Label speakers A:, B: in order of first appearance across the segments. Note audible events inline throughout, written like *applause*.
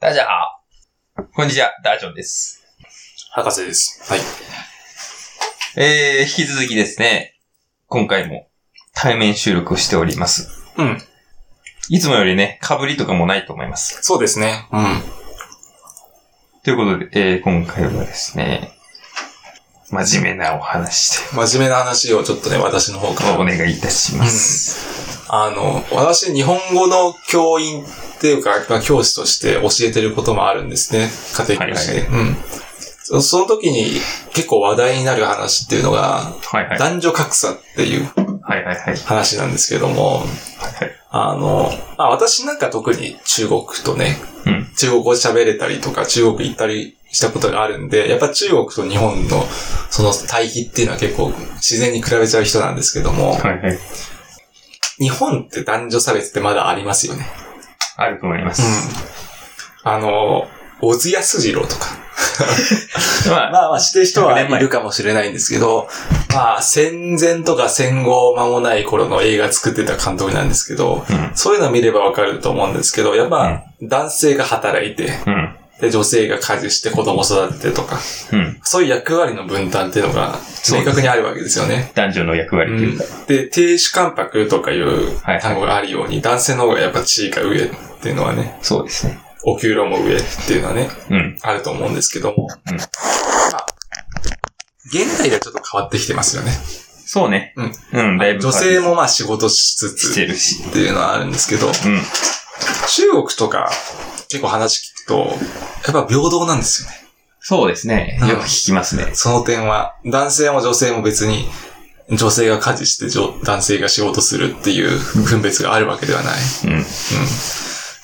A: 大家好。こんにちは、ダージョンです。
B: 博士です。はい。
A: えー、引き続きですね、今回も対面収録をしております。
B: うん。
A: いつもよりね、被りとかもないと思います。
B: そうですね。うん。
A: ということで、えー、今回はですね、真面目なお話で
B: 真面目な話をちょっとね、私の方から。
A: お願いいたします。
B: あの、私、日本語の教員っていうか、まあ教師として教えてることもあるんですね。家庭教師で。うんそ。その時に結構話題になる話っていうのが、
A: はいはい。
B: 男女格差っていう
A: はいはいはい。
B: 話なんですけども、
A: はい
B: あの、まあ、私なんか特に中国とね、
A: うん
B: 中国語喋れたりとか、中国行ったりしたことがあるんで、やっぱ中国と日本のその対比っていうのは結構自然に比べちゃう人なんですけども、
A: はいはい。
B: 日本って男女差別ってまだありますよね。
A: あると思います。
B: あの、小津安二郎とか。
A: まあ、
B: まあまあしてる人は
A: 100年前
B: いるかもしれないんですけど、まあ戦前とか戦後間もない頃の映画作ってた監督なんですけど、
A: うん。
B: そういうの見ればわかると思うんですけど、やっぱ男性が働いて、
A: うん。
B: で、女性が家事して子供育ててとか、
A: うん。
B: そういう役割の分担っていうのが明確にあるわけですよね。
A: 男女の役割というか。
B: で、亭主関白とかいう
A: はいはい
B: 単語があるように、男性の方がやっぱ地位が上っていうのはね、
A: そうですね。
B: お給料も上っていうのはね、
A: うん。
B: あると思うんですけども、
A: うん
B: まあ、現代ではちょっと変わってきてますよね。
A: そうね。うん。だいぶ
B: 女性もまあ仕事しつ
A: し
B: つ
A: て
B: っ
A: るし。
B: ていうのはあるんですけど、
A: うん。
B: 中国とか結構話聞くと、やっぱ平等なんですよね。
A: そうですね。
B: うん
A: よく聞きますね。
B: その点は、男性も女性も別に、女性が家事して女男性が仕事するっていう分別があるわけではない。
A: うん。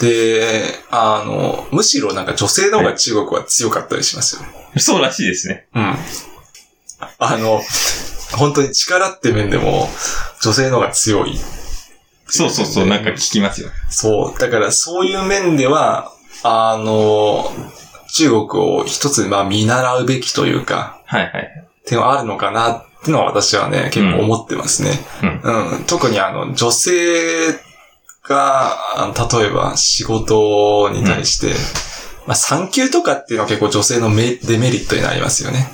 B: で、あの、むしろなんか女性の方が中国は強かったりしますよね。
A: そうらしいですね。
B: うん。あの、本当に力って面でも、女性の方が強い。
A: そうそうそう、なんか聞きますよ。
B: そう。だからそういう面では、あの、中国を一つ、まあ見習うべきというか、
A: はいはい。
B: 点はあるのかなってのは私はね、結構思ってますね。うん。特にあの、女性が、あの例えば仕事に対して、まあ、産休とかっていうのは結構女性のメデメリットになりますよね。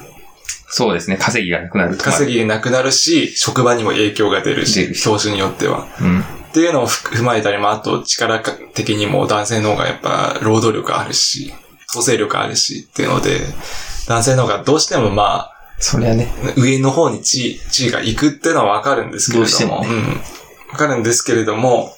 A: そうですね、稼ぎがなくなると。
B: 稼ぎなくなるし、職場にも影響が出る
A: 出る
B: し、
A: し
B: 教授によっては。
A: ぎ。うん。
B: っていうのをふ踏まえたり、まあ、あと力的にも男性の方がやっぱ労働力あるし、統制力あるしっていうので、男性の方がどうしてもまあ、
A: そりゃね。
B: 上の方に地位、地位が行くっていうのはわかるんですけれど
A: どう
B: も。
A: してもね
B: うん。わかるんですけれども、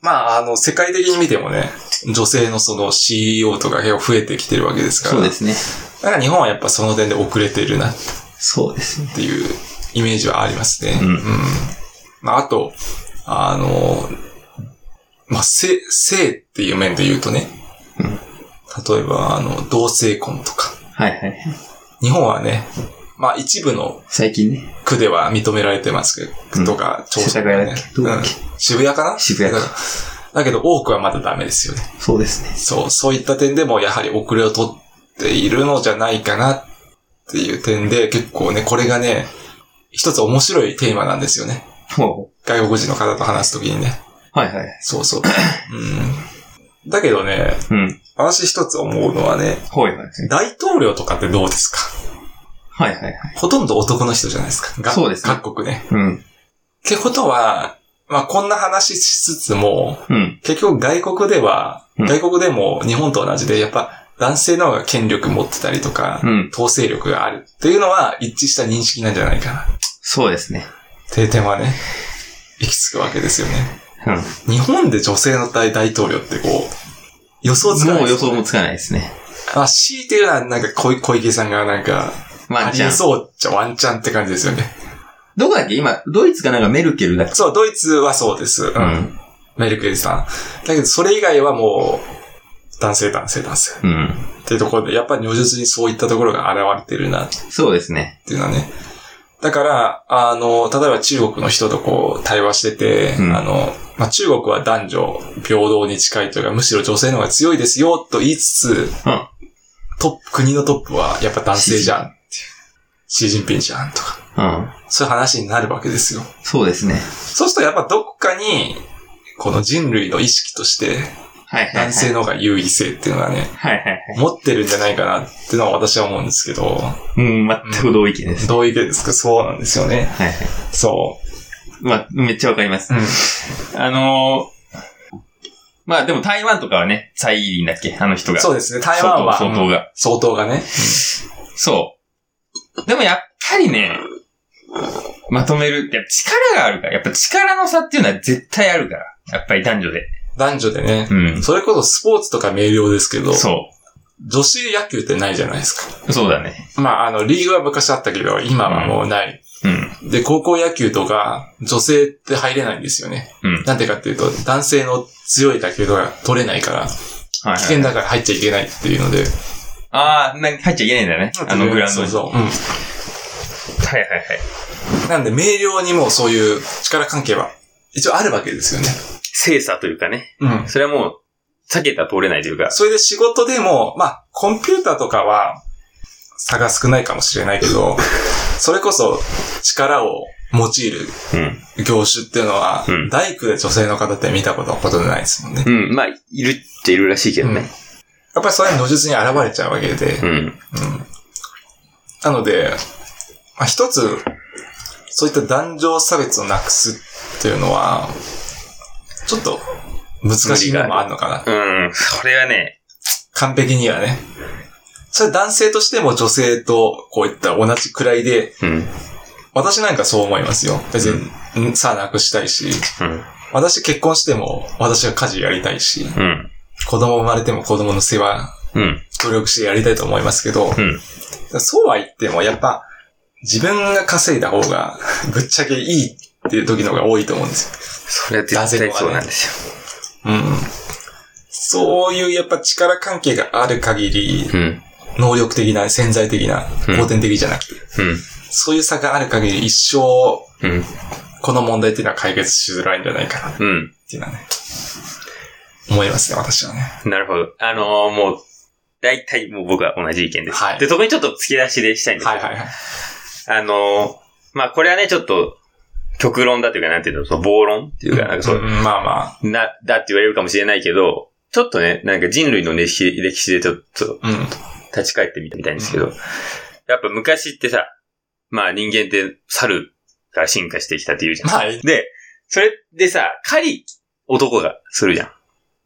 B: まあ、あの、世界的に見てもね、女性のその CEO とか結構増えてきてるわけですから。
A: そうですね。
B: だから日本はやっぱその点で遅れてるなっ
A: そうですね。
B: ていうイメージはありますね。
A: うん
B: まあ、あと、あの、まあ、性、性っていう面で言うとね、
A: うん
B: 例えば、あの、同性婚とか。
A: はいはい。
B: 日本はね、まあ、一部の
A: 最近ね、
B: 区では認められてますけ
A: う
B: ど、
A: ん
B: とか、調
A: 世
B: 査
A: 田谷だっけどこだっけ
B: 渋谷かな
A: 渋谷
B: だ
A: か。
B: からだけど多くはまだダメですよね。
A: そうですね。
B: そう、そういった点でもやはり遅れを取っているのじゃないかなっていう点で、結構ね、これがね、一つ面白いテーマなんですよね。
A: ほ
B: 外国人の方と話すときにね。
A: う。はいはい。
B: そ
A: *coughs*
B: うそう。うん。だけどね、
A: うん。
B: 私一つ思うのはね、
A: ほいはい。
B: 大統領とかってどうですか
A: はいはいはい。
B: ほとんど男の人じゃないですか。が
A: そうですね
B: 各国ね。
A: うん。
B: ってことは、まあ、こんな話しつつも、
A: うん。
B: 結局外国では、
A: うん
B: 外国でも日本と同じで、やっぱ男性の方が権力持ってたりとか、
A: うん。
B: 統制力があるっていうのは一致した認識なんじゃないかな。っ
A: そうですね。
B: ていう点はね、行き着くわけですよね。
A: うん。
B: 日本で女性の大大統領ってこう、予想つかない
A: もう
B: です
A: 予
B: よね
A: 想もつかないですね。
B: まあ、強いて言うのはなんか小小池さんがなんか、
A: ワ
B: あ
A: ンちゃ
B: り
A: ん。
B: そうっちゃワンチャンって感じですよね。
A: どこだっけ今、ドイツかなんかメルケルだっけ
B: そう、ドイツはそうです。う
A: うんん。
B: メルクルさん。だけど、それ以外はもう、男性、男性、男性。
A: うん。
B: っていうところで、やっぱり如実にそういったところが現れてるなっ
A: そうですね。
B: ていうのはね。だから、あの、例えば中国の人とこう、対話してて、
A: うん
B: あの、まあ、中国は男女平等に近いというか、むしろ女性の方が強いですよ、と言いつつ、
A: うん
B: トップ、国のトップはやっぱ男性じゃんっていう。シージンピンじゃんとか、
A: うん。
B: そういう話になるわけですよ。
A: そうですね。
B: そうするとやっぱどっかに、この人類の意識として、
A: はいはいはい。
B: 男性の方が優位性っていうのがね、
A: はいはいはい。
B: 持ってるんじゃないかなっていうのは私は思うんですけど、
A: うん、全く同意見です。
B: 同意見ですかそうなんですよね。
A: はいはい。
B: そ
A: まあ、めっちゃわかります
B: う。。うん。
A: あのーまあでも台湾とかはね、蔡依林だっけあの人が。
B: そう
A: う、
B: ですね。台湾は。
A: 総統総統が
B: 相当がね。
A: そう。でもやっぱりね、まとめる。やっぱ力があるから。やっぱ力の差っていうのは絶対あるから。やっぱり男女で。
B: 男女でね。
A: うん。
B: それこそスポーツとか明瞭ですけど、
A: そ
B: 女子野球ってないじゃないです
A: う。そうだね。
B: か。まあ、あの、リーグは昔あったけど、今はもうない。
A: うん。
B: で、高校野球とか、女性って入れないんですよね。
A: うん
B: なんでかっていうと、男性の強い打球が取れないから、
A: はい、
B: 危
A: はい。
B: 険だから入っちゃいけないっていうので。
A: ああ、なんか入っちゃいけないんだよね。あのグラウンドに。
B: そうそう。うん。
A: はいはいはい。
B: なんで、明瞭にもうそういう力関係は、一応あるわけですよね。
A: 精査というかね。
B: うん。
A: それはもう、避けたら通れないというか。
B: それで仕事でも、まあ、コンピューターとかは、差が少ないかもしれないけど、それこそ、力を用いる
A: うん。
B: 業種っていうのは、
A: うん
B: 大工で女性の方って見たことはほとんどないですもんね。
A: うん。まあ、いるっちゃいるらしいけどね。
B: やっぱりそれは如実に現れちゃうわけで、
A: うん。
B: なので、まあ、一つ、そういった男女差別をなくすっていうのは、ちょっと難しい面もあるのかな。
A: うん。それはね、
B: 完璧にはね。それは男性としても女性とこういった同じくらいで、
A: うん。うん。
B: 私なんかそう思いますよ。別に、うんさあなくしたいし、私結婚しても私は家事やりたいし、
A: うん。
B: 子供生まれても子供の世話、
A: うん。
B: 努力してやりたいと思いますけど、
A: うん。
B: そうは言ってもやっぱ自分が稼いだ方が *laughs* ぶっちゃけいいっていう時の方が多いと思うんですよ。
A: それは絶対そうなんです
B: うん。そういうやっぱ力関係がある限り、
A: よ。うん。
B: 能力的な、潜在的な、
A: うん
B: 後天的じゃなくて、そういう差がある限り一生、
A: うん。うん。
B: この問題っていうのは解決しづらいんじゃないかな、っ
A: うん。
B: ていうのはね、思いますね、私はね。
A: なるほど。あのーもう、大体もう僕は同じ意見です。
B: はい
A: で、そこにちょっと付け出しでしたいんです
B: は
A: よ
B: いはいはい。
A: あのーまあ、これはね、ちょっと、極論だというか、なんていうの、その暴論っていうか、なんかそう、
B: んまあまあ。
A: な、だって言われるかもしれないけど、ちょっとね、なんか人類の歴史歴史でちょっと
B: うん。
A: 立ち返ってみたいんですけど、やっぱ昔ってさ、まあ人間って猿が進化してきたって言うじゃん。
B: まあ、い
A: で、それでさ、狩り、男がするじゃん。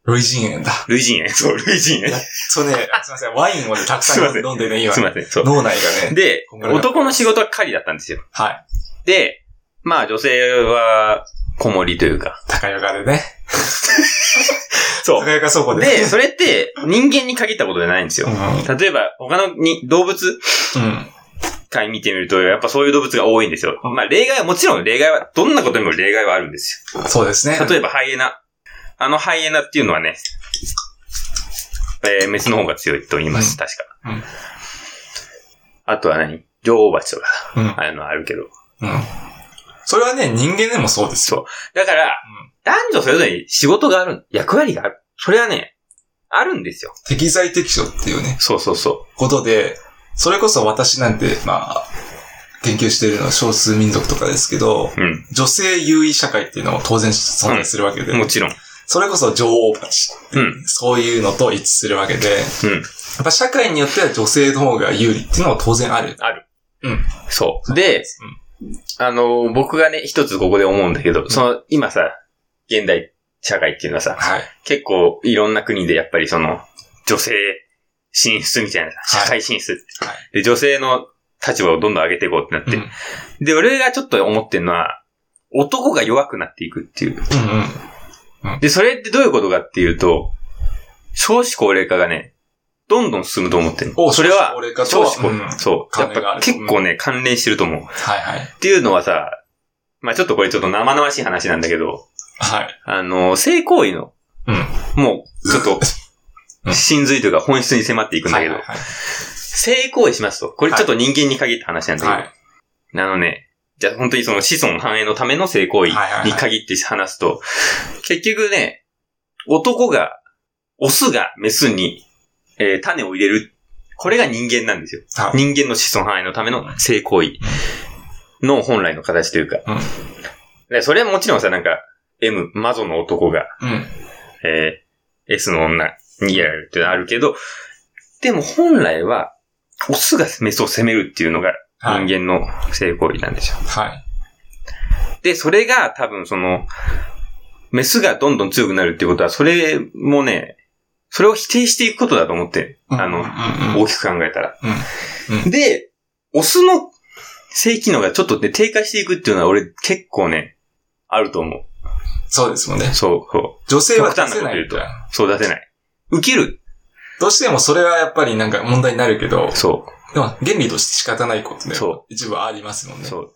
B: 類人猿だ。
A: 類人
B: *laughs*
A: 猿。そう、類人
B: や
A: 猿
B: っ。とね、すいません、ワインをね、たくさ
A: すいませ
B: ん
A: ん
B: 飲んでね、今
A: すい、ません、そう。
B: 脳内がね、
A: で、
B: こんがらがってます
A: 男の仕事は狩りだったんですよ。
B: はい。
A: で、まあ女性は、子守というか。
B: 高床でね。
A: そ
B: 高
A: う。
B: 床倉庫で。
A: で、それって人間に限ったことじゃないんですよ
B: うん。。う
A: 例えば、他のに動物
B: ん。
A: 回見てみると、やっぱそういう動物が多いんですよ。まあ例外は、もちろん例外は、どんなことにも例外はあるんです
B: そうですね。
A: よ。例えばハイエナ。あのハイエナっていうのはね、えー、メスの方が強いと言います、確か。
B: うん
A: あとは何女王蜂とか、
B: うん。うん。
A: ああいうのあるけど。
B: それはね、人間でもそうですよ。
A: だから、
B: ん
A: 男女それぞれに仕事がある、役割がある。それはね、あるんですよ。
B: 適材適所っていうね。
A: そうそうそ
B: ことで、それこそ私なんて、まあ、研究しているのは少数民族とかですけど、
A: う。うん。
B: 女性優位社会っていうのも当然存在するわけで、
A: もちろん。
B: それこそ女王蜂、
A: うん。
B: そういうのと一致するわけで、や
A: うん。
B: っぱ社会によっては女性の方が有利っていうのは当然ある。
A: ある。
B: うん。
A: そう。で、あの、僕がね、一つここで思うんだけど、その、今さ、現代社会っていうのはさ、
B: はい。
A: 結構いろんな国でやっぱりその、女性進出みたいなさ、
B: はい
A: 社会進出、
B: は
A: で、女性の立場をどんどん上げていこうってなって。
B: うん
A: で、俺がちょっと思ってるのは、男が弱くなっていくっていう。
B: うんうん。
A: で、それってどういうことかっていうと、少子高齢化がね、どんどん進むと思ってる。
B: お
A: それは
B: 少子高齢
A: 少子高
B: 化、とうん
A: そう。やっ
B: 関連があ
A: ぱ
B: る
A: 結構ね、関連してると思う。
B: はいはい。
A: っていうのはさ、まあちょっとこれちょっと生々しい話なんだけど、
B: はい。
A: あの、性行為の、
B: うん。
A: もう、ちょっ
B: うん
A: と、真髄というか本質に迫っていくんだけど
B: はい、はい
A: 性行為しますと。これちょっと人間に限った話なんだけど、
B: はい。
A: あのね、じゃあ本当にその子孫繁栄のための性行為
B: はいはいはい
A: に限って話すと、結局ね、男が、オスがメスに、えー種を入れる。これが人間なんですよ。
B: はい。
A: 人間の子孫繁栄のための性行為の本来の形というか。
B: うん
A: でそれはもちろんさ、なんか、M、魔女の男が、
B: うん。
A: え S の女にやられるっていうのはあるけど、でも本来は、オスがメスを責めるっていうのが
B: はい。
A: 人間の性行為なんですよ。
B: はい。
A: で、それが多分その、メスがどんどん強くなるっていうことは、それもね、それを否定していくことだと思って、あの
B: うんうんうん
A: 大きく考えたら。
B: うんう
A: で、オスの性機能がちょっとね、低下していくっていうのは俺結構ね、あると思う。
B: そうですもんね。
A: そう、そう。
B: 女性は
A: 極端
B: 出
A: なこと
B: せな
A: 言
B: いう
A: と
B: から。
A: そう出せない。受ける。
B: どうしてもそれはやっぱりなんか問題になるけど、
A: そ
B: でも原理として仕方ないことで
A: そ
B: 一部はありますもん
A: う、
B: ね。
A: そう。